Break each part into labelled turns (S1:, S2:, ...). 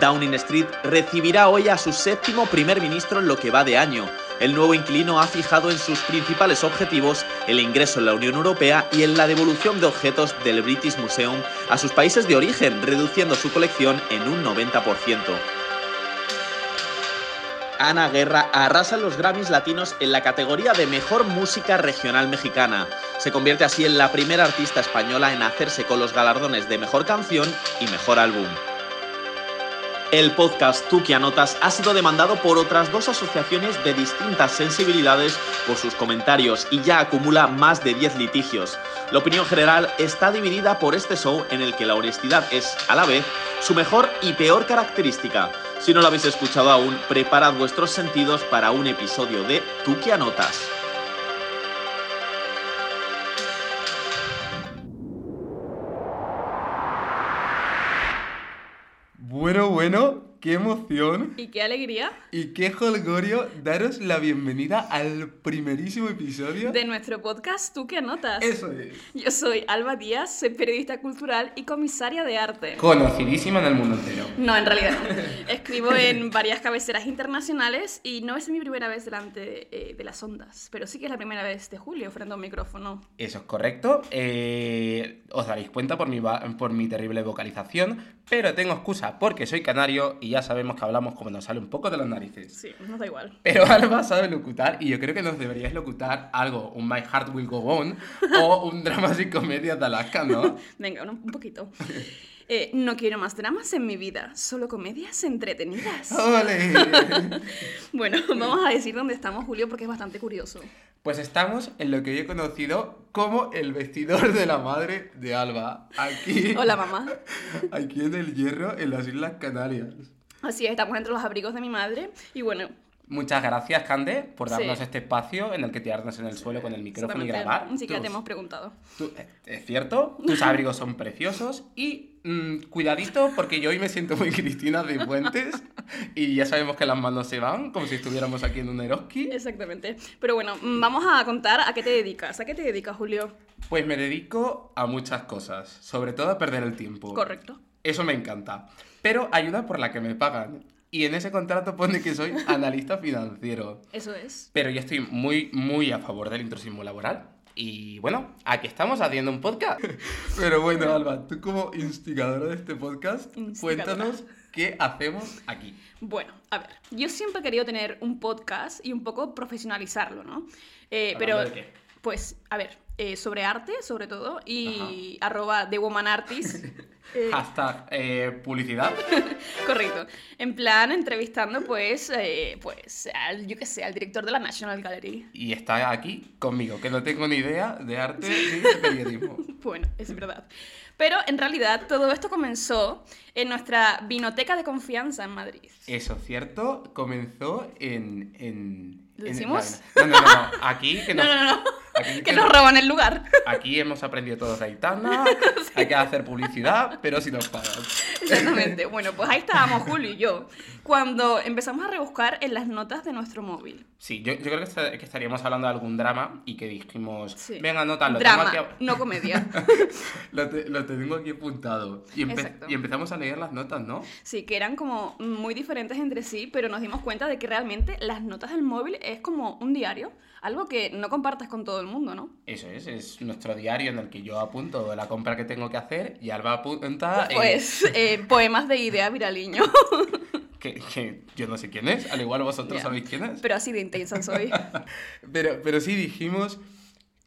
S1: Downing Street recibirá hoy a su séptimo primer ministro en lo que va de año. El nuevo inquilino ha fijado en sus principales objetivos el ingreso en la Unión Europea y en la devolución de objetos del British Museum a sus países de origen, reduciendo su colección en un 90%. Ana Guerra arrasa en los Grammys latinos en la categoría de Mejor Música Regional Mexicana. Se convierte así en la primera artista española en hacerse con los galardones de Mejor Canción y Mejor Álbum. El podcast Tú que anotas ha sido demandado por otras dos asociaciones de distintas sensibilidades por sus comentarios y ya acumula más de 10 litigios. La opinión general está dividida por este show en el que la honestidad es, a la vez, su mejor y peor característica. Si no lo habéis escuchado aún, preparad vuestros sentidos para un episodio de Tú que anotas.
S2: Bueno, bueno, qué emoción
S3: Y qué alegría
S2: y qué jolgorio daros la bienvenida al primerísimo episodio.
S3: de nuestro podcast Tú que anotas.
S2: Eso es.
S3: Yo soy Alba Díaz, soy periodista cultural y comisaria de arte.
S4: Conocidísima en el mundo entero.
S3: No, en realidad. no. Escribo en varias cabeceras internacionales y no es mi primera vez delante eh, de las ondas, pero sí que es la primera vez de Julio frente a un micrófono.
S4: Eso es correcto. Eh, os daréis cuenta por mi, va- por mi terrible vocalización, pero tengo excusa porque soy canario y ya sabemos que hablamos como nos sale un poco de las narices.
S3: Sí, nos da igual.
S4: Pero Alba sabe locutar y yo creo que nos deberíais locutar algo, un My Heart Will Go On o un drama sin comedia de Alaska, ¿no?
S3: Venga, un, un poquito. Eh, no quiero más dramas en mi vida, solo comedias entretenidas.
S4: ¡Ole!
S3: Bueno, vamos a decir dónde estamos, Julio, porque es bastante curioso.
S4: Pues estamos en lo que yo he conocido como el vestidor de la madre de Alba. Aquí,
S3: Hola, mamá.
S4: aquí en el hierro, en las Islas Canarias.
S3: Así es, estamos entre los abrigos de mi madre y bueno,
S4: Muchas gracias, Cande, por darnos
S3: Sí.
S4: este espacio en el que tirarnos en el suelo con el micrófono y
S3: solamente
S4: grabar.
S3: ni siquiera
S4: Tus-
S3: te hemos preguntado.
S4: tu- eh, es cierto, tus abrigos son preciosos y mm, cuidadito porque yo hoy me siento muy Cristina de Fuentes y ya sabemos que las manos se van como si estuviéramos aquí en un Eroski.
S3: Exactamente. Pero bueno, mm, vamos a contar a qué te dedicas. ¿A qué te dedicas, Julio?
S4: Pues me dedico a muchas cosas, sobre todo a perder el tiempo.
S3: Correcto.
S4: Eso me encanta. Pero ayuda por la que me pagan. Y en ese contrato pone que soy analista financiero.
S3: Eso es.
S4: Pero yo estoy muy, muy a favor del intrusismo laboral. Y bueno, aquí estamos haciendo un podcast.
S2: Pero bueno, Alba, tú como instigadora de este podcast,
S3: Instigadora.
S2: cuéntanos
S4: ¿Qué hacemos aquí?
S3: Bueno, a ver, yo siempre he querido tener un podcast y un poco profesionalizarlo, ¿no? Eh,
S4: ¿Hablando
S3: pero,
S4: de qué?
S3: pues, a ver, eh, sobre arte, sobre todo, y arroba The Woman Artist. Eh,
S4: Hashtag eh, publicidad.
S3: Correcto. En plan, entrevistando, pues, eh, pues al, yo qué sé, al director de la National Gallery.
S4: Y está aquí conmigo, que no tengo ni idea de arte ni de periodismo.
S3: Bueno, es verdad. Pero en realidad todo esto comenzó en nuestra vinoteca de confianza en Madrid.
S4: Eso es cierto, comenzó en... en
S3: ¿Lo
S4: en-
S3: decimos?
S4: No, no, no, no, aquí que
S3: No,
S4: nos,
S3: no, no.
S4: Aquí,
S3: Que nos roban el lugar.
S4: aquí hemos aprendido todos de Itana, hay que hacer publicidad, pero si nos pagan.
S3: Exactamente. Bueno, pues ahí estábamos Julio y yo. Cuando empezamos a rebuscar en las notas de nuestro móvil.
S4: Sí, yo, yo creo que, esta- que estaríamos hablando de algún drama y que dijimos,
S3: Sí.
S4: venga, anótalo, Ah, tengo
S3: Drama,
S4: aquí a-
S3: no comedia.
S4: lo, te- lo tengo aquí apuntado. Y, empe-
S3: Exacto.
S4: y empezamos a leer las notas, ¿no?
S3: Sí, que eran como muy diferentes entre sí, pero nos dimos cuenta de que realmente las notas del móvil es como un diario, algo que no compartas con todo el mundo, ¿no?
S4: Eso es, es nuestro diario en el que yo apunto la compra que tengo que hacer y Alba apunta eh,
S3: Pues eh, poemas de idea viraliño.
S4: que, que yo no sé quién es, al igual vosotros
S3: Ya.
S4: sabéis quién es.
S3: Pero así de intensa soy.
S4: Pero, pero sí dijimos,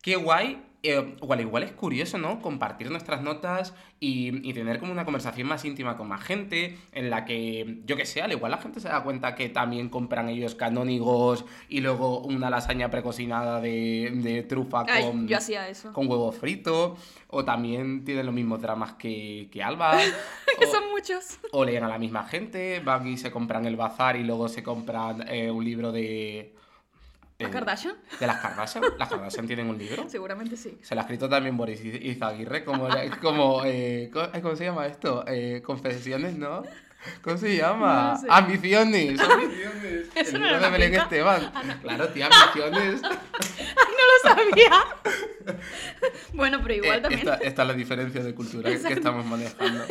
S4: qué guay. eh, igual, igual es curioso, ¿no? Compartir nuestras notas y, y tener como una conversación más íntima con más gente, en la que, yo que sé, al igual la gente se da cuenta que también compran ellos canónigos y luego una lasaña precocinada de, de trufa
S3: Ay,
S4: con,
S3: yo hacía eso.
S4: con huevo frito, o también tienen los mismos dramas que, que Alba.
S3: Que
S4: o-
S3: son muchos.
S4: o leen a la misma gente, van y se compran el bazar y luego se compran eh, un libro de...
S3: ¿Las
S4: eh,
S3: Kardashian?
S4: ¿De las Kardashian? ¿Las Kardashian tienen un libro?
S3: Seguramente sí.
S4: Se lo ha escrito también Boris Iz- Izaguirre, como... como eh, co- ay, ¿Cómo se llama esto? Eh, confesiones, ¿no? ¿Cómo se llama?
S3: No sé.
S4: Ambiciones. ambiciones.
S3: Eso
S4: el libro
S3: no era
S4: de
S3: una
S4: Belén
S3: finca.
S4: Esteban. Claro, tía, ambiciones.
S3: Ay, no lo sabía. bueno, pero igual
S4: Eh,
S3: también.
S4: esta, esta es la diferencia de cultura que- que
S3: Exacto.
S4: estamos manejando.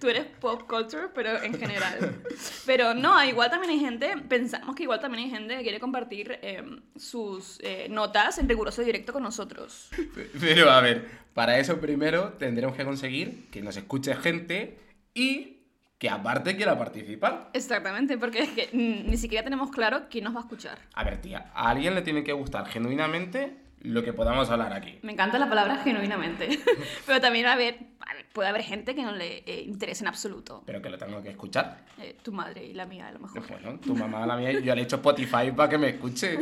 S3: Tú eres pop culture, pero en general. Pero no, igual también hay gente, pensamos que igual también hay gente que quiere compartir eh, sus eh, notas en riguroso directo con nosotros.
S4: Pero a ver, para eso primero tendremos que conseguir que nos escuche gente y que aparte quiera participar.
S3: Exactamente, porque es que mm, ni siquiera tenemos claro quién nos va a escuchar.
S4: A ver, tía, a alguien le tiene que gustar genuinamente lo que podamos hablar aquí.
S3: Me encanta la palabra genuinamente. Pero también va a haber, a ver, puede haber gente que no le eh, interese en absoluto.
S4: Pero que lo tengo que escuchar.
S3: Eh, tu madre y la mía, a lo mejor.
S4: Bueno, tu mamá, la mía, yo le he hecho Spotify para que me escuche.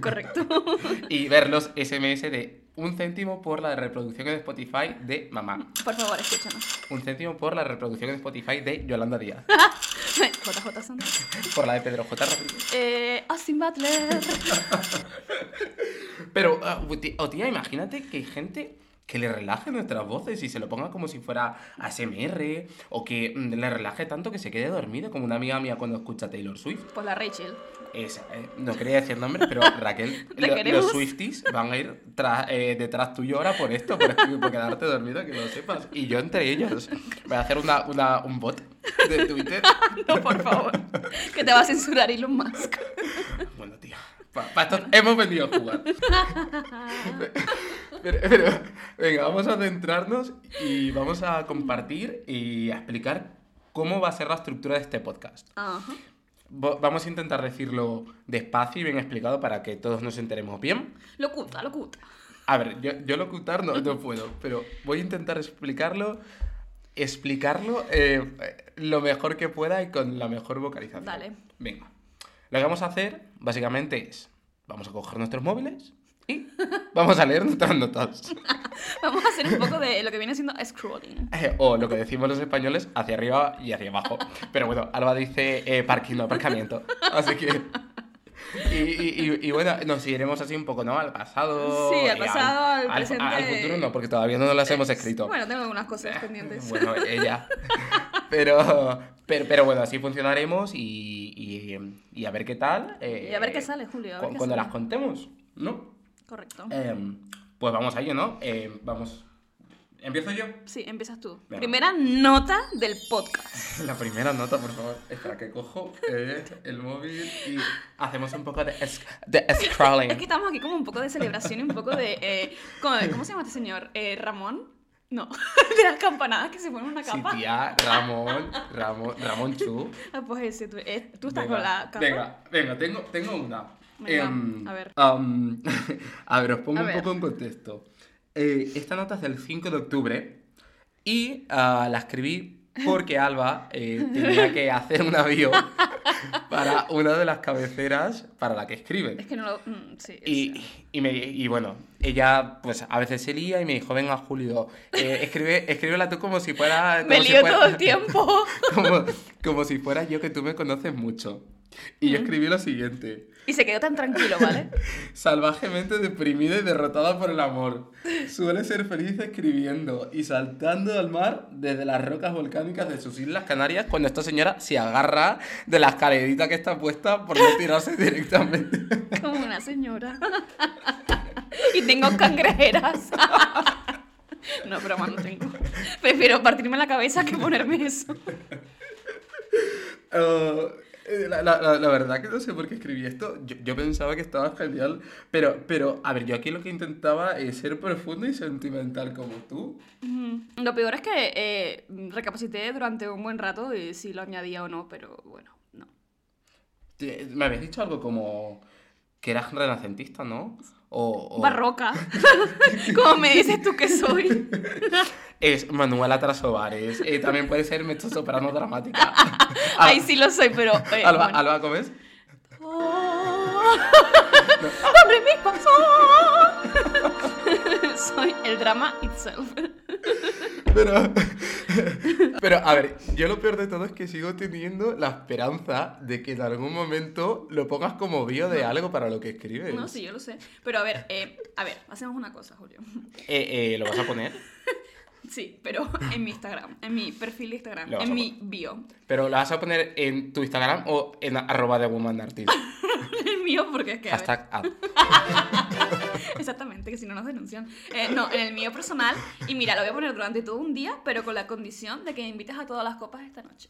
S3: Correcto.
S4: Y ver los SMS de un céntimo por la reproducción en Spotify de mamá.
S3: Por favor, escúchanos.
S4: Un céntimo por la reproducción en Spotify de Yolanda Díaz.
S3: JJ Santos.
S4: Por la de Pedro J. Rodríguez.
S3: Eh, Austin Butler.
S4: Pero, ah, ti- o tía, imagínate que hay gente que le relaje nuestras voces y se lo ponga como si fuera ASMR o que mm, le relaje tanto que se quede dormido, como una amiga mía cuando escucha Taylor Swift.
S3: Pues la Rachel.
S4: Esa, eh, no quería decir nombres, pero Raquel,
S3: Te
S4: lo-
S3: queremos.
S4: los Swifties van a ir tras- eh, detrás tuyo ahora por esto, por, por quedarte dormido, que lo sepas. Y yo entre ellos. Voy a hacer una, una- un bot de Twitter.
S3: No, por favor. Que te va a censurar Elon Musk.
S4: Bueno, tío, para esto hemos venido a jugar. Pero, pero, venga, vamos a centrarnos y vamos a compartir y a explicar cómo va a ser la estructura de este podcast.
S3: Ajá.
S4: Vo- Vamos a intentar decirlo despacio y bien explicado para que todos nos enteremos bien.
S3: Locuta, locuta.
S4: A ver, yo, yo locutar no, no puedo, pero voy a intentar explicarlo, explicarlo eh, lo mejor que pueda y con la mejor vocalización.
S3: Dale.
S4: Venga. Lo que vamos a hacer básicamente es, vamos a coger nuestros móviles y vamos a leer nuestras notas.
S3: Vamos a hacer un poco de lo que viene siendo scrolling.
S4: Eh, o lo que decimos los españoles, hacia arriba y hacia abajo. Pero bueno, Alba dice eh, parking, no aparcamiento. Así que... Y, y- y- y bueno, nos iremos así un poco, ¿no? Al pasado.
S3: Sí, al
S4: y
S3: pasado, al presente. Eh,
S4: Al futuro no, porque todavía no las hemos escrito. Eh,
S3: Bueno, tengo algunas cosas pendientes.
S4: Bueno, ella. Pero, pero, pero bueno, así funcionaremos y, y- y a ver qué tal. eh,
S3: Y a ver qué sale, Julio. a ver
S4: cu-
S3: qué
S4: cuando
S3: sale.
S4: las contemos, ¿no?
S3: Correcto.
S4: Em, pues vamos a ello, ¿no? Em, vamos. ¿Empiezo yo?
S3: Sí, empiezas tú.
S4: Venga.
S3: Primera nota del podcast.
S4: La primera nota, por favor. Espera, que cojo eh, el móvil y hacemos un poco de, esc- de scrolling.
S3: Es que estamos aquí como un poco de celebración y un poco de... eh, ¿cómo, cómo se llama este señor? Eh, ¿Ramón? No, de las campanadas que se ponen una
S4: Sí,
S3: capa.
S4: tía, Ramón, Ramón, Ramón Chu.
S3: Ah, pues ese, tú, eh, tú estás
S4: Venga,
S3: con la capa.
S4: Venga, venga, tengo, tengo una.
S3: Venga,
S4: Em,
S3: a ver.
S4: am, a ver, os pongo
S3: A
S4: un
S3: ver.
S4: poco en contexto. Eh, esta nota es del 5 de octubre y ah, la escribí porque Alba eh, tenía que hacer un avión para una de las cabeceras para la que escribe.
S3: Es que no lo... mm, sí,
S4: Y, y, me- y bueno, ella pues a veces se lía y me dijo, venga Julio, eh, escribe, escríbela tú como si fuera...
S3: Me
S4: como si
S3: lío
S4: fuera-
S3: todo el tiempo.
S4: como, como si fuera yo que tú me conoces mucho. Y yo escribí lo siguiente.
S3: Y se quedó tan tranquilo, ¿vale?
S4: Salvajemente deprimida y derrotada por el amor. Suele ser feliz escribiendo y saltando al mar desde las rocas volcánicas de sus islas Canarias cuando esta señora se agarra de la escalerita que está puesta por no tirarse directamente.
S3: Como una señora. y tengo cangrejeras. no, broma, no tengo. Prefiero partirme la cabeza que ponerme eso.
S4: Eh, la, la- la- la verdad que no sé por qué escribí esto. Yo, yo pensaba que estaba genial. Pero, pero, a ver, yo aquí lo que intentaba es ser profundo y sentimental como tú.
S3: Ujú. Mm, Lo peor es que eh, recapacité durante un buen rato de si lo añadía o no, pero bueno, no.
S4: Te- Me habías dicho algo como que eras renacentista, ¿no? O, o-
S3: Barroca. Como me dices tú que soy.
S4: Es Manuela Trasovares. eh, también puede ser Mecho Soprano Dramática. Al-
S3: Ahí sí lo soy, pero. eh,
S4: Ah. Alba,
S3: bueno.
S4: Alba, ¿cómo es?
S3: Oh, abre mi corazón. Soy el drama itself.
S4: Pero, pero, a ver, yo lo peor de todo es que sigo teniendo la esperanza de que en algún momento lo pongas como bio de algo para lo que escribes.
S3: No, sí, yo lo sé. Pero a ver, eh, a ver, hacemos una cosa, Julio.
S4: Eh, eh, ¿Lo vas a poner?
S3: Sí, pero en mi Instagram, en mi perfil de Instagram,
S4: Lo vas a
S3: en mi bio.
S4: ¿Pero lo vas a poner en tu Instagram o en arroba de Woman Artist?
S3: El mío, porque es que. a ver,
S4: Hashtag ad.
S3: Exactamente, que si no nos denuncian. Eh, no, en el mío personal. Y mira, lo voy a poner durante todo un día, pero con la condición de que me invites a todas las copas esta noche.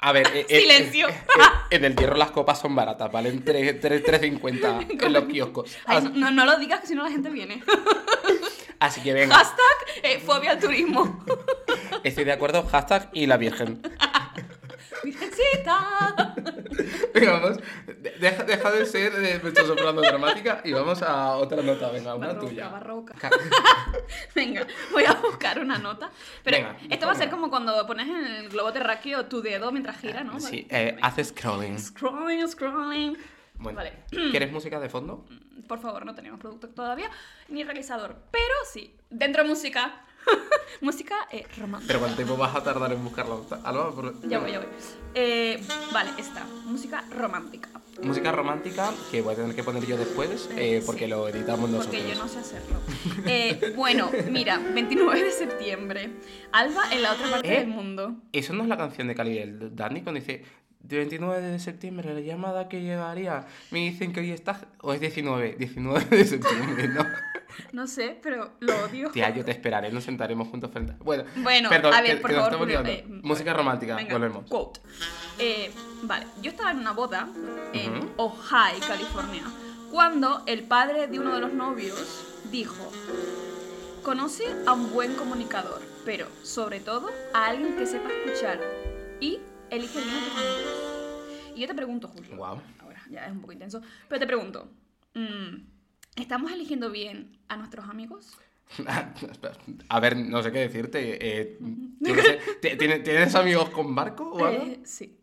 S4: A ver, eh, eh,
S3: Silencio.
S4: eh, en el hierro las copas son baratas, valen 3- 3- 3.50 en los kioscos.
S3: Ay,
S4: Así,
S3: no, no lo digas, que si no la gente viene.
S4: así que venga,
S3: Hashtag eh, fobia al turismo.
S4: estoy de acuerdo, hashtag y la virgen.
S3: Virgencita.
S4: Venga, vamos, de- deja, deja de ser eh, de pecho soprano dramática y vamos a otra nota, venga, una
S3: Barroca,
S4: tuya.
S3: barroca.
S4: Ca-
S3: Venga, voy a buscar una nota. Pero
S4: Venga,
S3: esto va a ser
S4: busca
S3: como cuando pones en el globo terráqueo tu dedo mientras gira, Ah, ¿no?
S4: Sí,
S3: Vale.
S4: eh, haz scrolling.
S3: Scrolling, scrolling.
S4: Bueno,
S3: Vale.
S4: ¿quieres música de fondo?
S3: Por favor, no tenemos producto todavía, ni realizador. Pero sí, dentro música. música eh, romántica.
S4: Pero cuánto tiempo vas a tardar en buscarla, Alba, por-
S3: Ya voy, ya voy. Eh, vale, esta. Música romántica.
S4: Música romántica que voy a tener que poner yo después eh,
S3: Eh,
S4: porque
S3: sí.
S4: lo editamos nosotros.
S3: Porque yo no sé hacerlo. Eh, bueno, mira, 29 de septiembre. Alba en la otra parte
S4: ¿Eh?
S3: del mundo.
S4: Eso no es la canción de Cali del Dandy cuando dice 29 de septiembre, la llamada que llegaría. Me dicen que hoy estás. O es 19, 19 de septiembre, ¿no?
S3: No sé, pero lo odio.
S4: Tía, yo te esperaré, nos sentaremos juntos frente. a- Bueno,
S3: Bueno,
S4: perdón,
S3: a ver,
S4: que-
S3: por
S4: que nos
S3: favor.
S4: estamos
S3: Julio,
S4: liando.
S3: eh,
S4: Música romántica,
S3: venga,
S4: volvemos.
S3: Quote. Eh, vale, yo estaba en una boda en
S4: Ujú.
S3: Ojai, California, cuando el padre de uno de los novios dijo: Conoce a un buen comunicador, pero sobre todo a alguien que sepa escuchar y elige bien a tus amigos". Y yo te pregunto, Julio.
S4: Guau.
S3: Ahora ya es un poco intenso, pero te pregunto: mm, ¿estamos eligiendo bien a nuestros amigos?
S4: Ah, a ver, no sé qué decirte. eh, yo qué sé, ¿ti- tiene- ¿Tienes amigos con barco o algo?
S3: Eh, sí.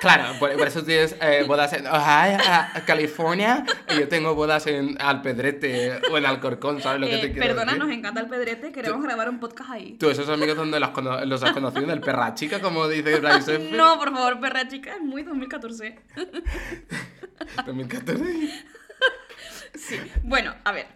S4: Claro, por, por eso tienes eh, bodas en Ohio, a- California, y yo tengo bodas en Alpedrete o en Alcorcón, ¿sabes lo que
S3: Eh,
S4: te quiero
S3: perdona,
S4: decir?
S3: nos encanta el pedrete, queremos grabar un podcast ahí.
S4: Tú, esos amigos donde los, cono- los has conocido, del perra chica, como dice Bryce Sheffield.
S3: No, por favor, perra chica, es muy 2014.
S4: 2014.
S3: Sí. Bueno, a ver.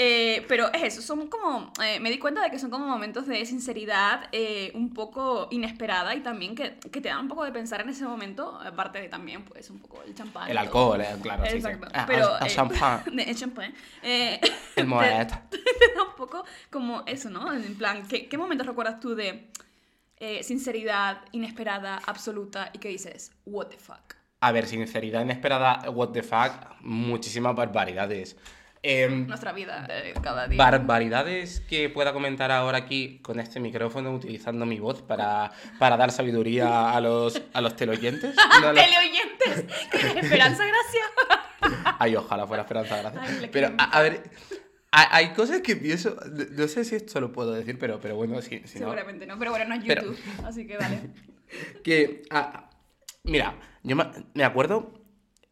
S3: eh, pero es eso, son como. eh, me di cuenta de que son como momentos de sinceridad eh, un poco inesperada y también que, que te dan un poco de pensar en ese momento, aparte de también, pues, un poco el champán. y
S4: El
S3: todo.
S4: alcohol, eh, claro. sí, sí.
S3: Exacto.
S4: Ah,
S3: Pero,
S4: el- el
S3: eh,
S4: champán,
S3: de- el champán. Eh,
S4: el moet.
S3: te da un poco como eso, ¿no? En plan, ¿qué, qué momentos recuerdas tú de eh, sinceridad inesperada, absoluta y que dices, what the fuck?
S4: A ver, sinceridad inesperada, what the fuck, muchísimas barbaridades. Em,
S3: Nuestra vida eh, cada día.
S4: Barbaridades que pueda comentar ahora aquí con este micrófono, utilizando mi voz para, para dar sabiduría a los, a los teleoyentes. No, no.
S3: Teleoyentes, que eres Esperanza Gracia.
S4: Ay, ojalá fuera Esperanza, gracias.
S3: Ay, le
S4: pero,
S3: quiero
S4: a, a ver, ha- hay cosas que pienso, no- no sé si esto lo puedo decir, pero, pero bueno, si, si no.
S3: Seguramente no, pero bueno, no es
S4: Pero-
S3: YouTube, así que vale.
S4: Que, ah, mira, yo me, me acuerdo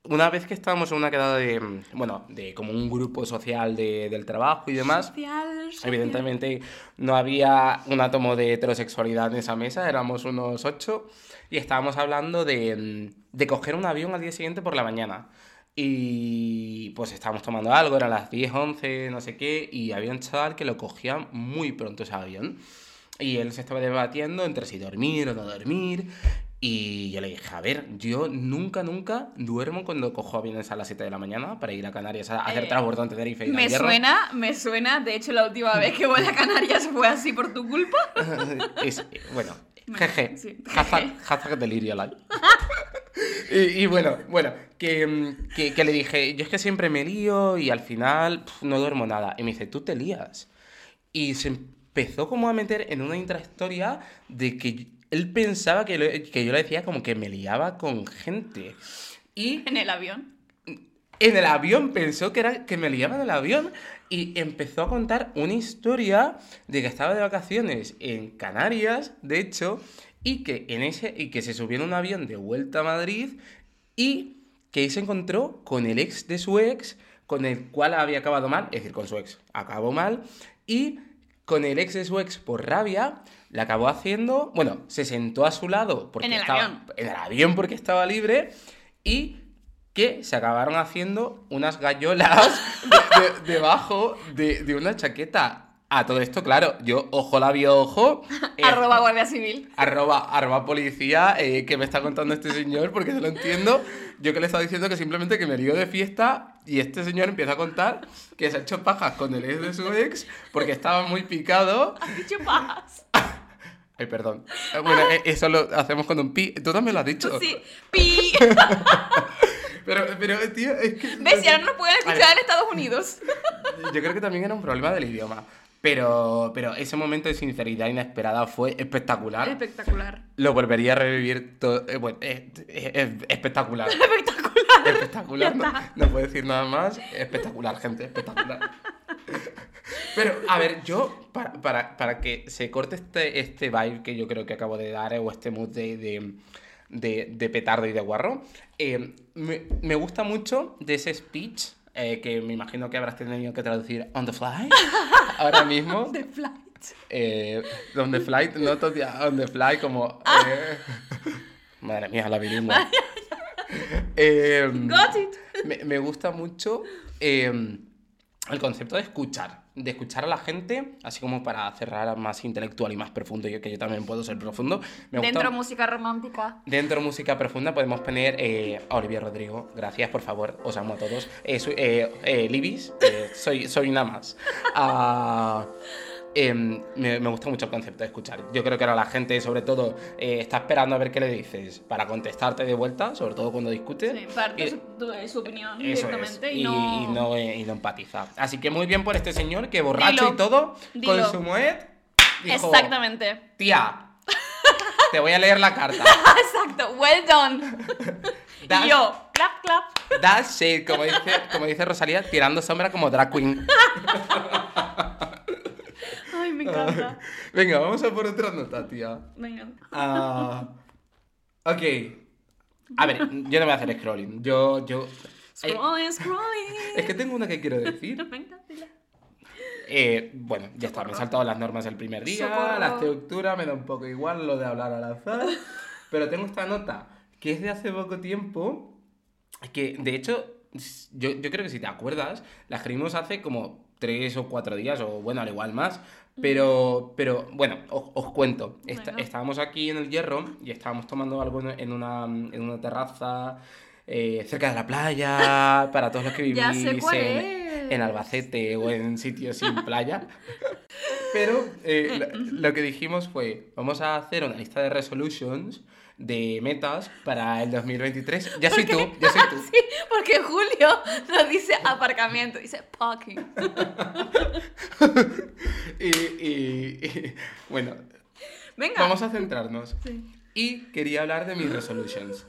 S4: una vez que estábamos en una quedada de, mm, bueno, de como un grupo social de- del trabajo y demás.
S3: Social, social.
S4: Evidentemente no había un átomo de heterosexualidad en esa mesa, éramos unos ocho y estábamos hablando de, mm, de coger un avión al día siguiente por la mañana. Y pues estábamos tomando algo, eran las 10, 11, no sé qué, y había un chaval que lo cogía muy pronto ese avión. Y él se estaba debatiendo entre si dormir o no dormir. Y yo le dije, a ver, yo nunca, nunca duermo cuando cojo aviones a las 7 de la mañana para ir a Canarias a hacer
S3: Eh,
S4: transbordo en Tenerife. y ir a
S3: Me
S4: Hierro".
S3: suena, me suena. De hecho, la última vez que volé a Canarias fue así por tu culpa.
S4: Es- eh, bueno,
S3: Bueno,
S4: jeje.
S3: sí.
S4: Hashtag, hashtag delirio live. Y, y bueno, bueno, que, mm, que, que le dije, yo es que siempre me lío y al final pf, no duermo nada. Y me dice, tú te lías. Y se empezó como a meter en una intrahistoria de que yo- él pensaba que, lo- que yo le decía como que me liaba con gente. Y
S3: En el avión.
S4: en el avión pensó que era que me liaba en el avión y empezó a contar una historia de que estaba de vacaciones en Canarias, de hecho, y que en ese y que se subió en un avión de vuelta a Madrid y que ahí se encontró con el ex de su ex, con el cual había acabado mal, es decir, con su ex, acabó mal y con el ex de su ex por rabia la acabó haciendo, bueno, se sentó a su lado porque
S3: En el
S4: estaba
S3: avión.
S4: en el avión porque estaba libre y que se acabaron haciendo unas gallolas de- de- debajo de, de una chaqueta A todo esto, claro, yo ojo labio ojo. eh,
S3: Arroba Guardia Civil.
S4: arroba, arroba policía, eh, que me está contando este señor, porque se lo entiendo. Yo que le estaba diciendo que simplemente que me lío de fiesta y este señor empieza a contar que se ha hecho pajas con el ex de su ex porque estaba muy picado.
S3: Has dicho pajas.
S4: Ay, perdón. Eh, Bueno, eh, eso lo hacemos con un pi. Tú también lo has dicho.
S3: Sí. Pi.
S4: Pero, pero, tío, es que...
S3: ¿Ves? Y ahora no nos pueden escuchar en Estados Unidos.
S4: Yo creo que también era un problema del idioma. Pero, pero ese momento de sinceridad inesperada fue espectacular.
S3: Espectacular.
S4: Lo volvería a revivir todo. eh, bueno, es, es- es espectacular.
S3: Espectacular.
S4: Espectacular.
S3: Ya
S4: No,
S3: está.
S4: no puedo decir nada más. Espectacular, gente. Espectacular. Pero, a ver, yo, para, para- para que se corte este, este vibe que yo creo que acabo de dar, eh, o este mood de, de, de- de petardo y de guarro, eh, me, me gusta mucho de ese speech eh, que me imagino que habrás tenido que traducir on the fly ahora mismo.
S3: The flight.
S4: Eh, on the fly, no todo on the fly, como.
S3: Ah.
S4: eh, madre mía, la bilingüe. Eh,
S3: Got it.
S4: me, me gusta mucho eh, el concepto de escuchar, de escuchar a la gente, así como para cerrar más intelectual y más profundo, yo que yo también puedo ser profundo. Me gusta-
S3: Dentro música romántica.
S4: Dentro música profunda podemos poner eh, a Olivia Rodrigo, gracias por favor, os amo a todos. Eh, soy, eh, eh, Libis, eh, soy, soy una más. Ah, em, me, me gusta mucho el concepto de escuchar. Yo creo que ahora la gente, sobre todo, eh, está esperando a ver qué le dices para contestarte de vuelta, sobre todo cuando discutes.
S3: Sí, parte
S4: Y-
S3: su, tu- su opinión
S4: Eh, eso es,
S3: directamente
S4: y,
S3: y, no...
S4: y no, eh, y no empatiza. Así que muy bien por este señor que borracho
S3: Dilo,
S4: y todo,
S3: dilo.
S4: con su muet, dijo,
S3: Exactamente. Ah,
S4: tía, te voy a leer la carta.
S3: Exacto. Well done.
S4: Das-
S3: Y yo, clap, clap.
S4: That shit, como dice, como dice Rosalía, tirando sombra como drag queen.
S3: Ay, me encanta.
S4: Venga, vamos a por otra nota, tía.
S3: Venga.
S4: Ah, ok. A ver, yo no voy a hacer scrolling. Yo, yo... eh,
S3: Scrolling, scrolling.
S4: es que tengo una que quiero decir.
S3: Venga, dila.
S4: Eh, bueno, ya está, me he saltado las normas el primer día,
S3: Socorro.
S4: la estructura, me da un poco igual lo de hablar al azar. Pero tengo esta nota que es de hace poco tiempo, que de hecho, s- yo, yo creo que si te acuerdas, la escribimos hace como tres o cuatro días, o bueno, al igual más. Pero, pero bueno, os, os cuento. Esta-
S3: Venga.
S4: estábamos aquí en el Hierro y estábamos tomando algo en en una, en una terraza eh, cerca de la playa, para todos los que vivís
S3: Ya sé cuál
S4: en,
S3: es.
S4: en Albacete o en sitios sin playa. Pero eh, lo, lo que dijimos fue, vamos a hacer una lista de resolutions, de metas para el 2023. Ya soy tú, ya soy tú.
S3: Sí, porque Julio nos dice aparcamiento, dice parking.
S4: Y, y- y- bueno,
S3: Venga.
S4: vamos a centrarnos.
S3: Sí.
S4: Y quería hablar de mis resolutions.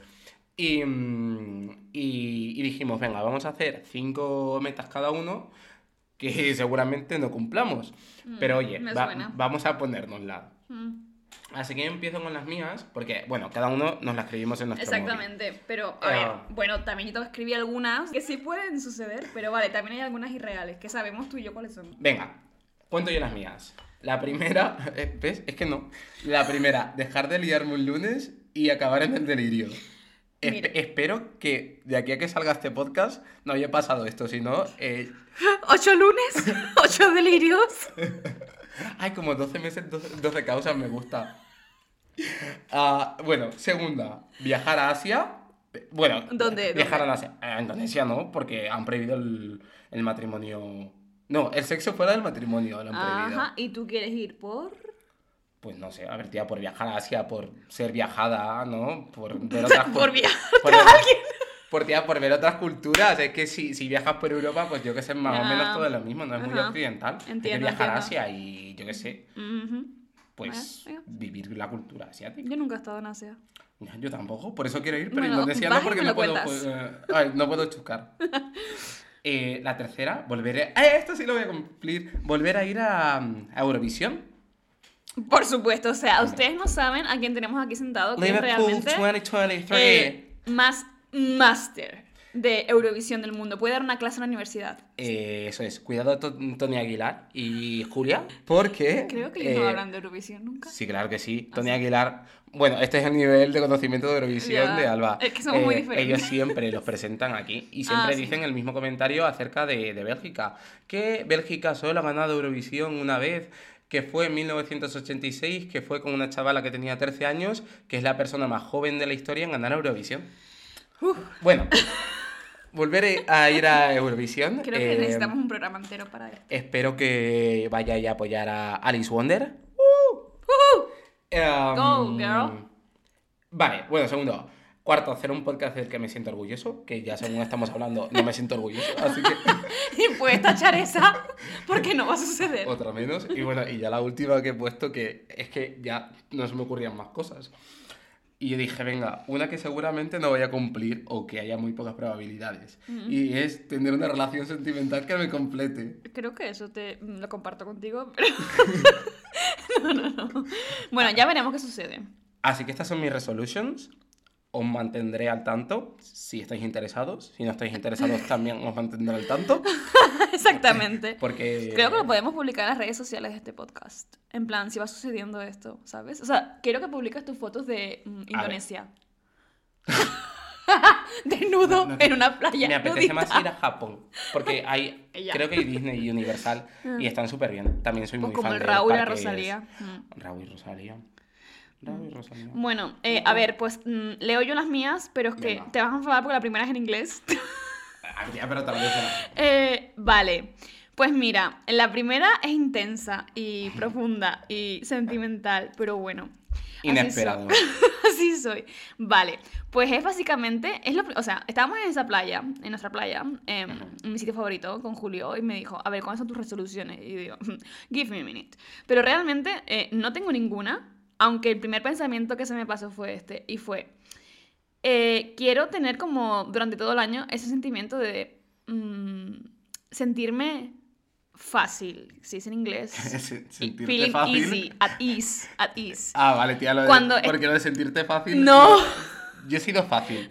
S4: Y, mm, y- y dijimos, venga, vamos a hacer cinco metas cada uno que seguramente no cumplamos. Pero oye,
S3: Mm, me
S4: va-
S3: suena.
S4: vamos a ponérnosla.
S3: Mm,
S4: Así que empiezo con las mías, porque, bueno, cada uno nos las escribimos en nuestro móvil.
S3: Exactamente, pero a
S4: Eh,
S3: ver, bueno, también yo te escribí algunas que sí pueden suceder, pero vale, también hay algunas irreales que sabemos tú y yo cuáles son.
S4: Venga, cuento yo las mías. La primera, eh, ¿ves? Es que no. La primera, dejar de liarme un lunes y acabar en el delirio. Espe-
S3: Mira.
S4: espero que de aquí a que salga este podcast no haya pasado esto, si no, eh,
S3: ¿Ocho lunes? ¿Ocho delirios?
S4: Ay, como 12 meses, 12, 12 causas, me gusta. Ah, bueno, segunda, viajar a Asia. Bueno,
S3: ¿Dónde?
S4: viajar a Asia. A Indonesia no, porque han prohibido el, el matrimonio. No, el sexo fuera del matrimonio lo han prohibido.
S3: Ajá, ¿y tú quieres ir por...?
S4: Pues no sé, a ver, tía, por viajar a Asia, por ser viajada, ¿no? Por ver otras cul-
S3: Por viajar
S4: por ver- Por, tía, por ver otras culturas. Es que si, si viajas por Europa, pues yo que sé, más o
S3: Ah.
S4: menos todo lo mismo, no es muy
S3: Ajá.
S4: occidental. Hay que
S3: Entiendo,
S4: viajar a
S3: entiendo.
S4: Asia y yo que sé,
S3: Ujú.
S4: pues
S3: Bueno,
S4: vivir la cultura asiática.
S3: Yo nunca he estado en Asia.
S4: No, Yo tampoco, por eso quiero ir, pero
S3: Bueno,
S4: Indonesia no
S3: vas y
S4: porque
S3: me
S4: no
S3: lo
S4: puedo,
S3: cuentas.
S4: pues, eh, ay, no puedo chocar. Eh, la tercera, volveré. ¡Eh, esto sí lo voy a cumplir! Volver a ir a, mm, a Eurovisión.
S3: Por supuesto, o sea, ustedes no saben a quién tenemos aquí sentado, que es
S4: Liverpool
S3: realmente...
S4: 2023.
S3: eh, más máster de Eurovisión del mundo. Puede dar una clase en la universidad.
S4: Eh, eso es, cuidado a To- Tony Aguilar y Julia, porque...
S3: Creo que ellos no
S4: eh,
S3: hablan de Eurovisión nunca. Ah,
S4: Sí, claro que sí. Tony Aguilar, Bueno, este es el nivel de conocimiento de Eurovisión
S3: Ya.
S4: de Alba. Eh,
S3: Es que somos muy diferentes.
S4: Ellos siempre los presentan aquí y siempre
S3: Ah, sí.
S4: dicen el mismo comentario acerca de, de Bélgica. Que Bélgica solo ha ganado Eurovisión una vez, que fue en 1986, que fue con una chavala que tenía 13 años, que es la persona más joven de la historia en ganar Eurovisión. Bueno, volveré a ir a Eurovisión.
S3: Creo que
S4: Eh,
S3: necesitamos un programa entero para esto.
S4: Espero que vayáis a apoyar a Alice Wonder. Em,
S3: ¡Uh! ¡Uh-huh! Go, girl.
S4: Vale, bueno, segundo. Cuarto, hacer un podcast del que me siento orgulloso, que ya según estamos hablando no me siento orgulloso, así que
S3: Y puedes tachar esa porque no va a suceder.
S4: otra menos. Y bueno, y ya la última que he puesto, que es que ya no se me ocurrían más cosas. Y yo dije, venga, una que seguramente no voy a cumplir o que haya muy pocas probabilidades. Y es tener una relación sentimental que me complete.
S3: Creo que eso te mm, lo comparto contigo, pero... no, no, no. Bueno, ya veremos qué sucede.
S4: Así que estas son mis resolutions. Os mantendré al tanto si estáis interesados. Si no estáis interesados, también os mantendré al tanto.
S3: Exactamente.
S4: Porque.
S3: Creo que lo podemos publicar en las redes sociales de este podcast. En plan, si va sucediendo esto, ¿sabes? O sea, quiero que publiques tus fotos de mm, Indonesia. Desnudo
S4: No, no,
S3: en una playa.
S4: Me apetece
S3: nudista.
S4: más ir a Japón. Porque hay.
S3: Ella.
S4: creo que hay Disney y Universal. y están súper bien. También soy
S3: Ah. Pues
S4: muy
S3: como
S4: fan
S3: el
S4: de
S3: Raúl
S4: los
S3: a
S4: parques-
S3: Rosalía. Mm.
S4: Raúl y Rosalía. Raúl y Rosalía.
S3: Bueno, eh, a ver, pues mm, leo yo las mías, pero es que
S4: Venga.
S3: te vas a enfadar porque la primera es en inglés.
S4: Ah, ya, pero también se-
S3: Eh, vale, pues mira, la primera es intensa y profunda y sentimental, pero bueno. así
S4: Inesperado.
S3: soy. Así soy. Vale, pues es básicamente, es lo pri- o sea, estábamos en esa playa, en nuestra playa, em,
S4: Ajá.
S3: en mi sitio favorito, con Julio, y me dijo, a ver, ¿cuáles son tus resoluciones? Y digo, give me a minute. Pero realmente eh, no tengo ninguna, aunque el primer pensamiento que se me pasó fue este, y fue, eh, quiero tener como durante todo el año ese sentimiento de mm, sentirme fácil, si es en inglés.
S4: Se- sentirte
S3: Feeling
S4: fácil.
S3: easy, at ease, at ease.
S4: Ah, vale, tía, lo de.
S3: Cuando-
S4: Porque lo de sentirte fácil.
S3: No.
S4: Yo he sido fácil.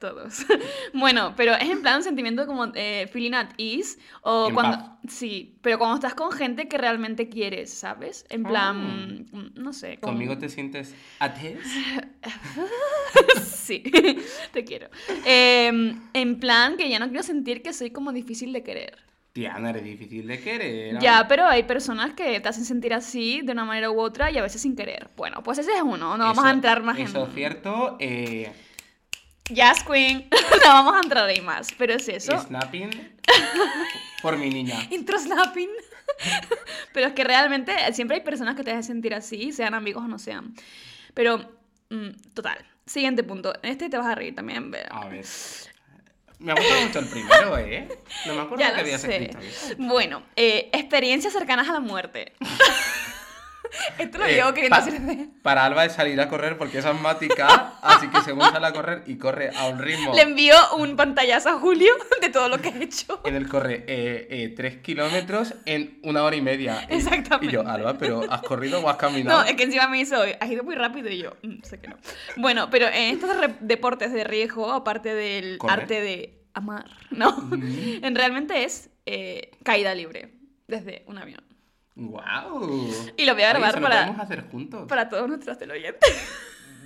S3: Todos. bueno, pero es en plan un sentimiento como eh, feeling at ease o
S4: En
S3: cuando...
S4: paz.
S3: Sí, pero cuando estás con gente que realmente quieres, ¿sabes? En plan, mm, no sé. con-
S4: Conmigo Ah. te sientes at ease.
S3: sí, te quiero. Eh, en plan que ya no quiero sentir que soy como difícil de querer.
S4: Tía, no eres difícil de querer.
S3: Ya, pero hay personas que te hacen sentir así de una manera u otra y a veces sin querer. Bueno, pues ese es uno, no vamos
S4: Eso-
S3: a entrar más
S4: Eso es
S3: en...
S4: cierto. Eh,
S3: Yes, Queen. no vamos a entrar ahí más, pero es eso.
S4: Snapping. por mi niña.
S3: intro snapping. Pero es que realmente siempre hay personas que te hacen sentir así, sean amigos o no sean. Pero, mm, total. Siguiente punto. Este te vas a reír también. pero-
S4: A ver. Me ha gustado mucho el primero, ¿eh? No me acuerdo
S3: Ya
S4: que
S3: lo
S4: habías
S3: sé.
S4: escrito. eso.
S3: Bueno, eh, experiencias cercanas a la muerte. Esto lo
S4: Eh,
S3: llevo queriendo
S4: pa-
S3: hacer desde-
S4: Para Alba es salir a correr porque es asmática, así que según sale a correr y corre a un ritmo.
S3: Le envío un pantallazo a Julio de todo lo que he hecho.
S4: En el corre 3 kilómetros en una hora y media. Y-
S3: Exactamente.
S4: Y yo, Alba, pero ¿has corrido o has caminado?
S3: No, es que encima me dice hoy, has ido muy rápido y yo, "Mm, sé que no. Bueno, pero en estos re- deportes de riesgo, aparte del
S4: Correr.
S3: arte de amar, ¿no? En realmente es eh, caída libre desde un avión.
S4: Mm, ¡Guau!
S3: Y lo voy a
S4: Oye,
S3: grabar
S4: eso lo
S3: para-
S4: podemos hacer juntos.
S3: Para todos nuestros teleoyentes.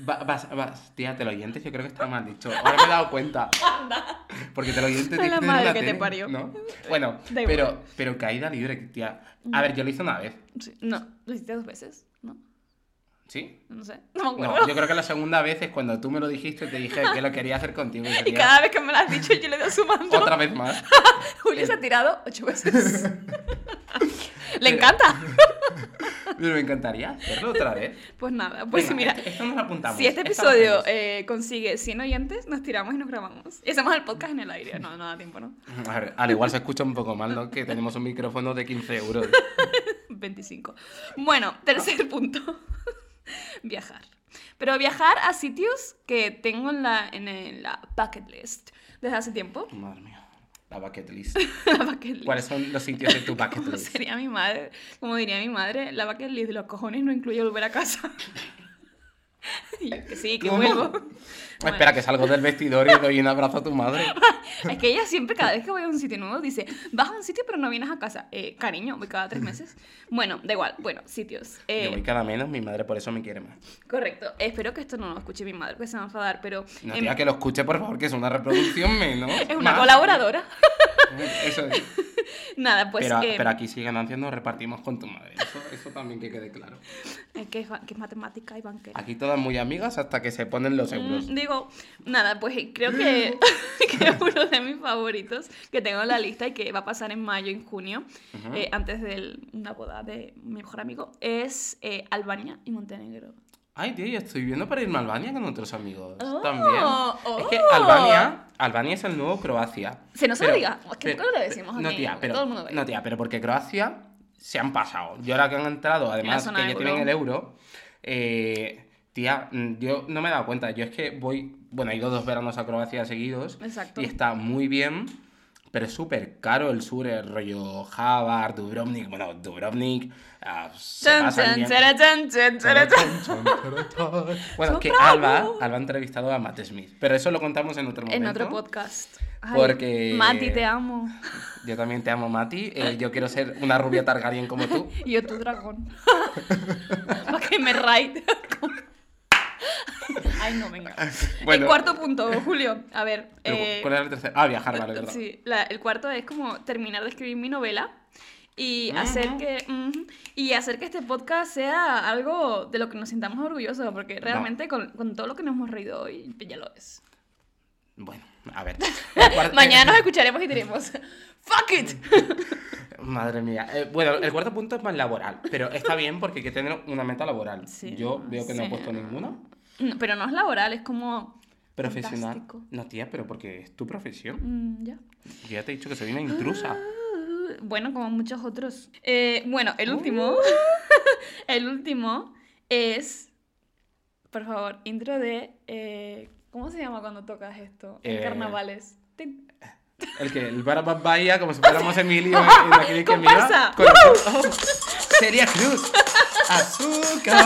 S4: Va- vas, vas, tía, te lo oyentes, yo creo que está mal dicho. Ahora me he dado cuenta. Porque te lo oyentes
S3: A la
S4: dice
S3: madre
S4: una
S3: que te
S4: tele,
S3: parió.
S4: ¿no? Bueno,
S3: Da igual.
S4: pero, pero caída libre, tía. A ver, yo lo hice una vez,
S3: Sí, No, lo hiciste dos veces, ¿no?
S4: ¿sí?
S3: No sé, no me acuerdo.
S4: No, yo creo que la segunda vez es cuando tú me lo dijiste, te dije que lo quería hacer contigo. y
S3: Y
S4: quería-
S3: cada vez que me lo has dicho, yo le doy sumando.
S4: Otra vez más.
S3: Julio se
S4: Eh.
S3: ha tirado ocho veces. Le encanta.
S4: Pero me encantaría hacerlo otra vez.
S3: Pues nada, pues
S4: Venga,
S3: mira.
S4: esto, esto nos lo apuntamos.
S3: Si este
S4: esto lo
S3: episodio
S4: hacemos.
S3: eh, consigue 100 oyentes, nos tiramos y nos grabamos. Y hacemos el podcast en el aire. No, no da tiempo, ¿no?
S4: A ver, al igual se escucha un poco mal, ¿no? Que tenemos un micrófono de 15 euros.
S3: 25. Bueno, tercer
S4: Ah.
S3: punto. viajar. Pero viajar a sitios que tengo en la, en, el- la bucket list desde hace tiempo.
S4: Madre mía. La bucket list.
S3: la bucket list.
S4: ¿Cuáles son los sitios de tu bucket
S3: Como
S4: list?
S3: sería mi madre, como diría mi madre, la bucket list de los cojones no incluye volver a casa. Y yo, que sí, que
S4: ¿Cómo?
S3: vuelvo. Bueno,
S4: Espera, que salgo del vestidor y doy un abrazo a tu madre.
S3: Es que ella siempre, cada vez que voy a un sitio nuevo, dice, vas a un sitio pero no vienes a casa. Eh, cariño, voy cada tres meses. Bueno, da igual. Bueno, sitios. Eh,
S4: Yo voy cada menos, mi madre por eso me quiere más.
S3: Correcto. Espero que esto no lo escuche mi madre, que se va a enfadar, pero
S4: No,
S3: em,
S4: tía, que lo escuche, por favor, que es una reproducción menos.
S3: es una
S4: Más. Eh,
S3: colaboradora.
S4: Eso es.
S3: Nada, pues...
S4: pero,
S3: em,
S4: pero aquí si ganancias nos repartimos con tu madre. Eso, eso también que quede claro.
S3: es que, es, ba- que es matemática y banquera.
S4: Aquí todas muy amigas hasta que se ponen los euros.
S3: Mm, digo, nada, pues eh, creo que,
S4: Mm.
S3: que es uno de mis favoritos que tengo en la lista y que va a pasar en mayo y en junio,
S4: Ujú.
S3: eh, antes de el- una boda de mi mejor amigo, es eh, Albania y Montenegro.
S4: Ay, tío, yo estoy viendo para irme a Albania con otros amigos.
S3: Oh,
S4: también. Es que
S3: oh.
S4: Albania, Albania es el nuevo Croacia.
S3: Se nos
S4: Pero-
S3: olvida. Es que
S4: pero-
S3: nunca lo decimos
S4: No,
S3: aquí,
S4: tía, pero,
S3: todo el mundo ve.
S4: no, tía, pero porque Croacia se han pasado. Y ahora que han entrado, además que
S3: zona
S4: ya
S3: euro.
S4: tienen el euro, eh, tía, mm, yo no me he dado cuenta. Yo es que voy, bueno, he ido dos veranos a Croacia seguidos.
S3: Exacto.
S4: Y está muy bien. Pero es súper caro el sur, el rollo Javar, Dubrovnik. Bueno, Dubrovnik. ah, se
S3: Chan,
S4: pasan
S3: chan,
S4: bien.
S3: chara, chan, chan, chara, chan.
S4: Bueno, que
S3: Soprano.
S4: Alba, Alba ha entrevistado a Matt Smith, pero eso lo contamos en otro momento.
S3: En otro podcast. Ay,
S4: Porque-
S3: Mati, te amo.
S4: Yo también te amo, Mati.
S3: Ah.
S4: eh, yo quiero ser una rubia Targaryen como tú.
S3: Y yo tu dragón. Para que me raid. Ay, no, venga.
S4: Bueno.
S3: El cuarto punto, Julio. A ver.
S4: Pero,
S3: eh,
S4: ¿Cuál era el tercero? Ah, viajar, vale, verdad.
S3: sí, la- el cuarto es como terminar de escribir mi novela y hacer que ujú, y hacer que este podcast sea algo de lo que nos sintamos orgullosos porque realmente con, con todo lo que nos hemos reído hoy pues ya lo es
S4: Bueno, a ver. El cuarto-
S3: mañana nos escucharemos y diremos fuck it
S4: Madre mía. Eh, bueno, el cuarto punto es más laboral, pero está bien porque hay que tener una meta laboral.
S3: Sí,
S4: yo veo que no he
S3: sí.
S4: puesto ninguna.
S3: No, pero no es laboral es como
S4: Profesional.
S3: Fantástico.
S4: No, tía, pero porque es tu profesión.
S3: mm, ya
S4: Yo ya te he dicho que soy una intrusa.
S3: Ah, Bueno, como muchos otros. Eh, bueno, el último.
S4: Uh.
S3: el último es. Por favor, intro de. eh, ¿Cómo se llama cuando tocas esto? En
S4: Eh,
S3: carnavales. Tin.
S4: El que el Barabás Bahía, como si fuéramos Emilio en en la clínica
S3: Comparsa.
S4: mía. Con oh, Sería Cruz. Azúcar.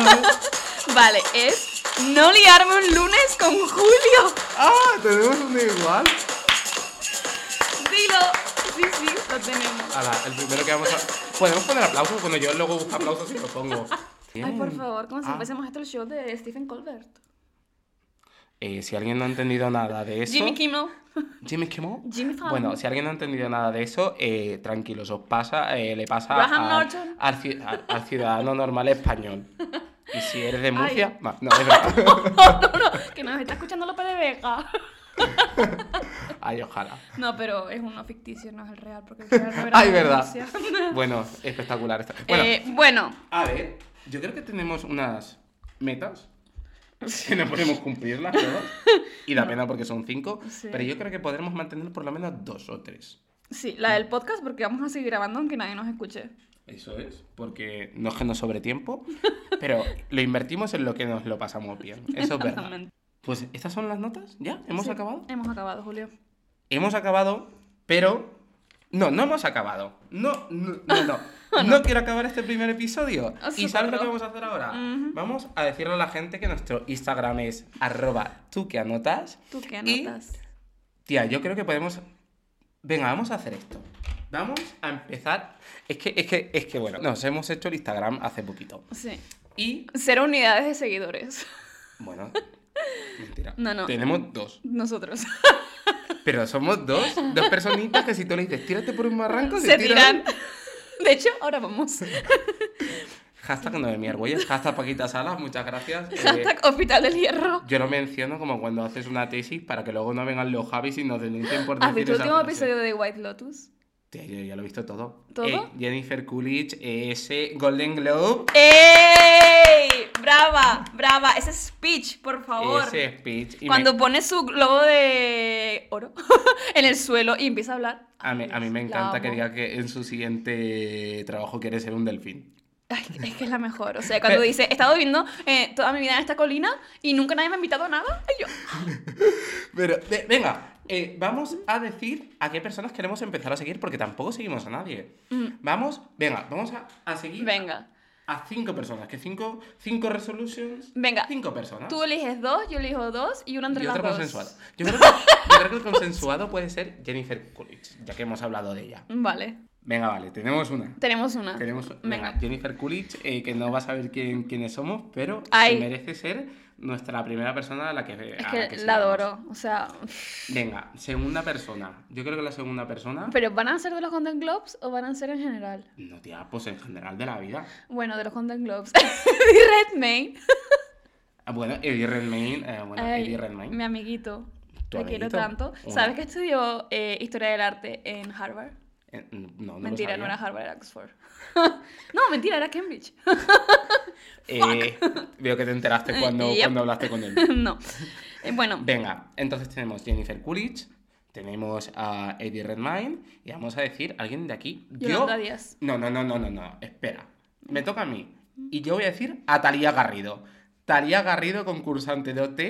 S3: Vale, es. No liarme un lunes con Julio.
S4: Ah, tenemos un igual.
S3: Dilo. Sí, sí, lo tenemos.
S4: Ahora, el primero que vamos a. Podemos poner aplausos. Bueno, yo luego busco aplausos y lo pongo.
S3: Ay, por favor, como si
S4: Ah.
S3: fuésemos esto el show de Stephen Colbert.
S4: Eh, si alguien no ha entendido nada de eso.
S3: Jimmy Kimmel.
S4: Jimmy Kimmel.
S3: Jimmy Fallon.
S4: Bueno, si alguien no ha entendido nada de eso, eh, tranquilos, os pasa, eh, le pasa
S3: Graham
S4: al-
S3: Norton.
S4: al, ci- al- al ciudadano normal español. Y si eres de Murcia,
S3: Ay.
S4: no, no, es verdad.
S3: Que nos está escuchando López de Vega.
S4: Ay, ojalá.
S3: No, pero es uno ficticio, no es el real. Porque el real no era
S4: Ay,
S3: de
S4: verdad.
S3: Rusia.
S4: Bueno, espectacular esto. Bueno,
S3: Eh, bueno,
S4: a ver, yo creo que tenemos unas metas que no podemos cumplirlas todas. Y da pena porque son cinco.
S3: Sí.
S4: Pero yo creo que podremos mantener por lo menos dos o tres.
S3: Sí, la del podcast porque vamos a seguir grabando aunque nadie nos escuche.
S4: Eso es, porque no es que nos sobre tiempo, pero lo invertimos en lo que nos lo pasamos bien. Eso es verdad.
S3: Exactamente.
S4: Pues estas son las notas, ¿ya? ¿Hemos
S3: Sí,
S4: acabado?
S3: Hemos acabado, Julio.
S4: Hemos acabado, pero... No, no hemos acabado. No, no, no. no. No quiero acabar este primer episodio.
S3: Ah,
S4: ¿Y sabes lo
S3: socorro.
S4: que vamos a hacer ahora?
S3: Ujú.
S4: Vamos a decirle a la gente que nuestro Instagram es arroba tú que anotas.
S3: ¿Tú qué
S4: Y-
S3: anotas?
S4: Tía, yo creo que podemos... Venga, vamos a hacer esto. Vamos a empezar... Es que, es que, es que, bueno, nos hemos hecho el Instagram hace poquito.
S3: Sí.
S4: Y,
S3: Cero unidades de seguidores.
S4: bueno, mentira.
S3: No, no.
S4: Tenemos dos.
S3: Nosotros.
S4: Pero somos dos, dos personitas que si tú le dices, tírate por un barranco, se,
S3: Se tiran. De hecho, ahora vamos.
S4: Hashtag no de mi argüelles, hashtag Paquita Salas, muchas gracias. Eh,
S3: Hashtag Hospital del Hierro.
S4: yo lo menciono como cuando haces una tesis para que luego no vengan los Javis y nos denuncien por decir
S3: ¿Has visto el
S4: esa
S3: último
S4: frase.
S3: episodio de White Lotus?
S4: Tía, yo ya lo he visto todo.
S3: ¿Todo?
S4: Eh, Jennifer Coolidge, ese Golden Globe,
S3: ¡Ey! ¡Brava! ¡Brava! Ese speech, por favor.
S4: ese E speech. y me-
S3: Cuando pone su globo de oro en el suelo y empieza a hablar.
S4: a, mí, a mí me
S3: La
S4: encanta que
S3: amo.
S4: diga que en su siguiente trabajo quiere ser un delfín.
S3: Ay, es que es la mejor. O sea, cuando dice, he estado viviendo eh, toda mi vida en esta colina y nunca nadie me ha invitado a nada. Y yo,
S4: Pero, ve- venga, eh, vamos a decir a qué personas queremos empezar a seguir, porque tampoco seguimos a nadie. Vamos, venga, vamos a, a seguir
S3: Mm. venga.
S4: a cinco personas, que cinco, cinco resolutions,
S3: Venga,
S4: cinco personas.
S3: Tú eliges dos, yo elijo dos y una entre
S4: y
S3: las
S4: otro
S3: dos.
S4: consensuado. Yo creo, que, yo creo que el consensuado puede ser Jennifer Coolidge, ya que hemos hablado de ella.
S3: Vale,
S4: Venga, vale, tenemos una. Ah,
S3: tenemos una.
S4: Tenemos, venga,
S3: Venga.
S4: Jennifer Coolidge, eh, que no va a saber quién, quiénes somos, pero se
S3: Ay.
S4: merece ser nuestra primera persona a la que
S3: Es
S4: a
S3: que,
S4: que
S3: la
S4: sigamos.
S3: adoro. O sea,
S4: Venga, segunda persona. Yo creo que la segunda persona.
S3: ¿pero van a ser de los Golden Globes o van a ser en general?
S4: No, tía, pues en general de la vida.
S3: Bueno, de los Golden Globes. Y Redmayne.
S4: Ah, Bueno, Eddie Redmayne. eh, bueno,
S3: Ay,
S4: Eddie Redmayne.
S3: Mi amiguito.
S4: ¿Tu
S3: Te quiero
S4: amiguito?
S3: tanto.
S4: Hola.
S3: ¿Sabes que estudió eh, Historia del Arte en Harvard?
S4: Eh, no, no
S3: mentira,
S4: lo
S3: no era
S4: sabía.
S3: Harvard, era Oxford. no, mentira, era Cambridge.
S4: Eh, veo que te enteraste cuando,
S3: Yep.
S4: cuando hablaste con él.
S3: no. Eh, bueno,
S4: Venga, entonces tenemos Jennifer Coolidge, tenemos a Eddie Redmayne y vamos a decir alguien de aquí.
S3: Yolanda Díaz.
S4: No, no, no, no, no, no, espera. Me
S3: Mm.
S4: toca a mí. Y yo voy a decir a Talía Garrido. Talía Garrido, concursante de OT,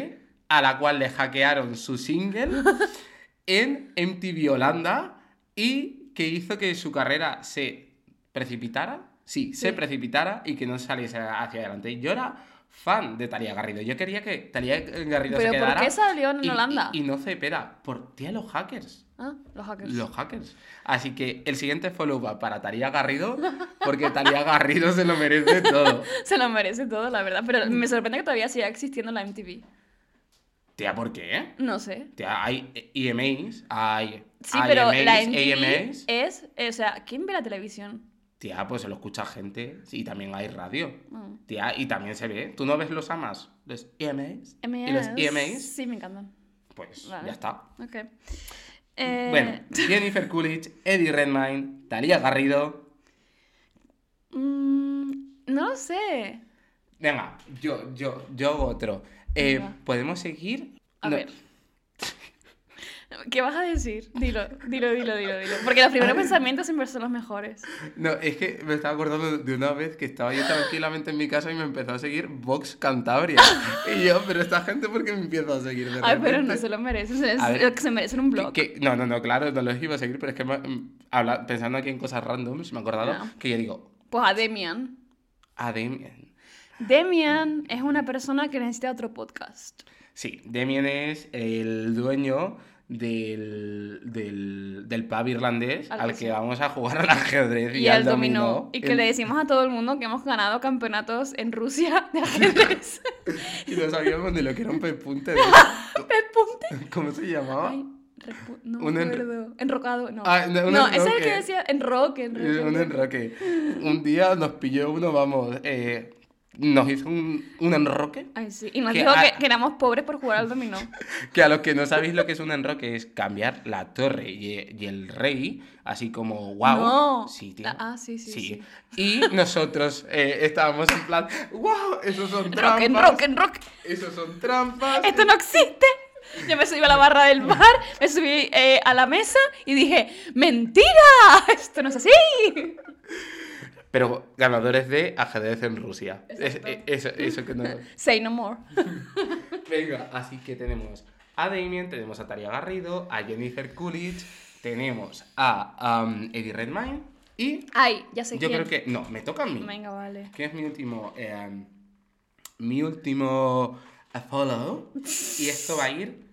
S4: a la cual le hackearon su single en MTV Holanda y que hizo que su carrera se precipitara. Sí, se precipitara y que no saliese hacia adelante. Yo era fan de Talía Garrido. Yo quería que Talía Garrido se
S3: ¿Pero por
S4: quedara.
S3: qué salió en
S4: y-
S3: Holanda?
S4: Y, y no se espera. Por tía, los hackers.
S3: ah, los hackers.
S4: Los hackers. Así que el siguiente follow va para Talía Garrido, porque Talía Garrido se lo merece todo.
S3: Se lo merece todo, la verdad. Pero me sorprende que todavía siga existiendo la MTV.
S4: Tía, ¿por qué?
S3: No sé.
S4: Tía, hay EMAs, hay
S3: Sí, pero la
S4: IMAs,
S3: MTV
S4: AMAs.
S3: es, eh, o sea, ¿quién ve la televisión?
S4: Tía, pues se lo escucha gente. Sí, y también hay radio.
S3: Mm.
S4: Tía, y también se ve. ¿Tú no ves los AMAs? Los EMAs. ¿Y los
S3: M.A.s.
S4: EMAs?
S3: Sí, me encantan.
S4: Pues
S3: Vale.
S4: ya está.
S3: Ok. Eh,
S4: Bueno, Jennifer Coolidge, Eddie Redmayne, Talía Garrido.
S3: mm, no lo sé.
S4: Venga, yo, yo, yo hago otro. Eh,
S3: Venga.
S4: ¿Podemos seguir?
S3: A
S4: No.
S3: ver. ¿Qué vas a decir? Dilo, dilo, dilo, dilo, dilo. Porque los primeros pensamientos siempre son los mejores.
S4: No, es que me estaba acordando de una vez que estaba yo tranquilamente en mi casa y me empezó a seguir Vox Cantabria. Y yo, pero esta gente, ¿por qué me empieza a seguir de
S3: Ay, pero no
S4: repente?
S3: se lo merecen. se-
S4: A ver.
S3: lo que se merecen un blog.
S4: Que- que- no, no, no, claro, no los iba a seguir, pero es que me- mm, habla- pensando aquí en cosas random, se me ha acordado
S3: No.
S4: que yo digo,
S3: Pues a Demian.
S4: a Damien.
S3: Demian es una persona que necesita otro podcast.
S4: Sí, Damien es el dueño del, del, del pub irlandés
S3: Al
S4: al,
S3: que
S4: que
S3: sí.
S4: vamos a jugar al ajedrez y,
S3: Y
S4: al
S3: el dominó. Y que
S4: En-
S3: le decimos a todo el mundo que hemos ganado campeonatos en Rusia de ajedrez.
S4: Y no sabíamos ni lo que era un pepunte. de- ¿Cómo se llamaba?
S3: Ay, repu- no
S4: Ah. Un
S3: me
S4: enro-
S3: acuerdo. Enrocado, no.
S4: Ah, no, un
S3: no, ese es el
S4: enroque.
S3: que decía enroque, enroque.
S4: Eh, Un
S3: enroque.
S4: enroque. Un día nos pilló uno, vamos, eh, nos hizo un, un enroque.
S3: Ay, sí. Y nos
S4: Que
S3: dijo
S4: a-
S3: que, que éramos pobres por jugar al dominó.
S4: Que a los que no sabéis lo que es un enroque es cambiar la torre y, y el rey, así como wow.
S3: No.
S4: Sí, tío.
S3: La- ah, sí, sí,
S4: Y nosotros eh, estábamos en plan, wow, esos son trampas.
S3: Enroque, enroque, enroque.
S4: Esos son trampas.
S3: Esto no existe. Yo me subí a la barra del bar, me subí eh, a la mesa y dije, ¡mentira! Esto no es así.
S4: Pero ganadores de ajedrez en Rusia. Es-
S3: Exacto.
S4: es- eso, eso que no.
S3: Say no more.
S4: Venga, así que tenemos a Damien, tenemos a Talia Garrido, a Jennifer Coolidge, tenemos a am, Eddie Redmayne y
S3: Ay, ya sé
S4: yo
S3: quién.
S4: creo que no, me toca a mí,
S3: Venga, vale.
S4: que es mi último em, mi último eh, follow y esto va a ir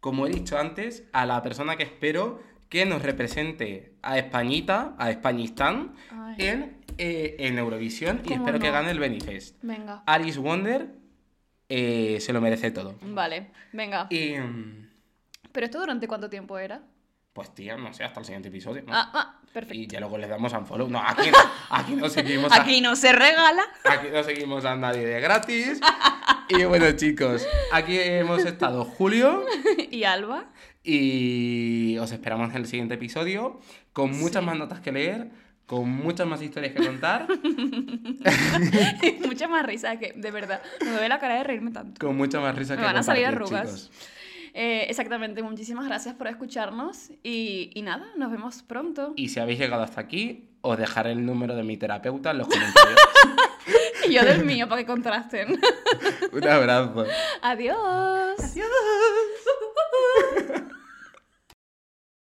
S4: como he dicho antes a la persona que espero que nos represente a Españita, a Españistán
S3: Ay.
S4: en, eh, en Eurovisión y
S3: ¿Cómo
S4: espero que
S3: no?
S4: gane el Benifest.
S3: Venga.
S4: Alice Wonder eh, se lo merece todo.
S3: Vale, venga.
S4: Y, mm,
S3: ¿Pero esto durante cuánto tiempo era?
S4: pues tía, no sé, hasta el siguiente episodio. ¿no?
S3: Ah, ah, perfecto.
S4: y ya luego les damos un follow. No, aquí, aquí no seguimos a,
S3: Aquí no se regala.
S4: aquí no seguimos a nadie de gratis. Y bueno, chicos, aquí hemos estado Julio
S3: ¿Y Alba?
S4: y os esperamos en el siguiente episodio con muchas más notas que leer, con muchas más historias que contar,
S3: Mucha más risa que, de verdad, me duele la cara de reírme tanto.
S4: con muchas más risas
S3: Me
S4: que
S3: van a salir
S4: compartir,
S3: arrugas.
S4: chicos.
S3: Eh, exactamente, muchísimas gracias por escucharnos y, y nada, nos vemos pronto.
S4: Y si habéis llegado hasta aquí, os dejaré el número de mi terapeuta en los comentarios.
S3: Y yo del mío para que contrasten.
S4: Un abrazo.
S3: Adiós. Adiós.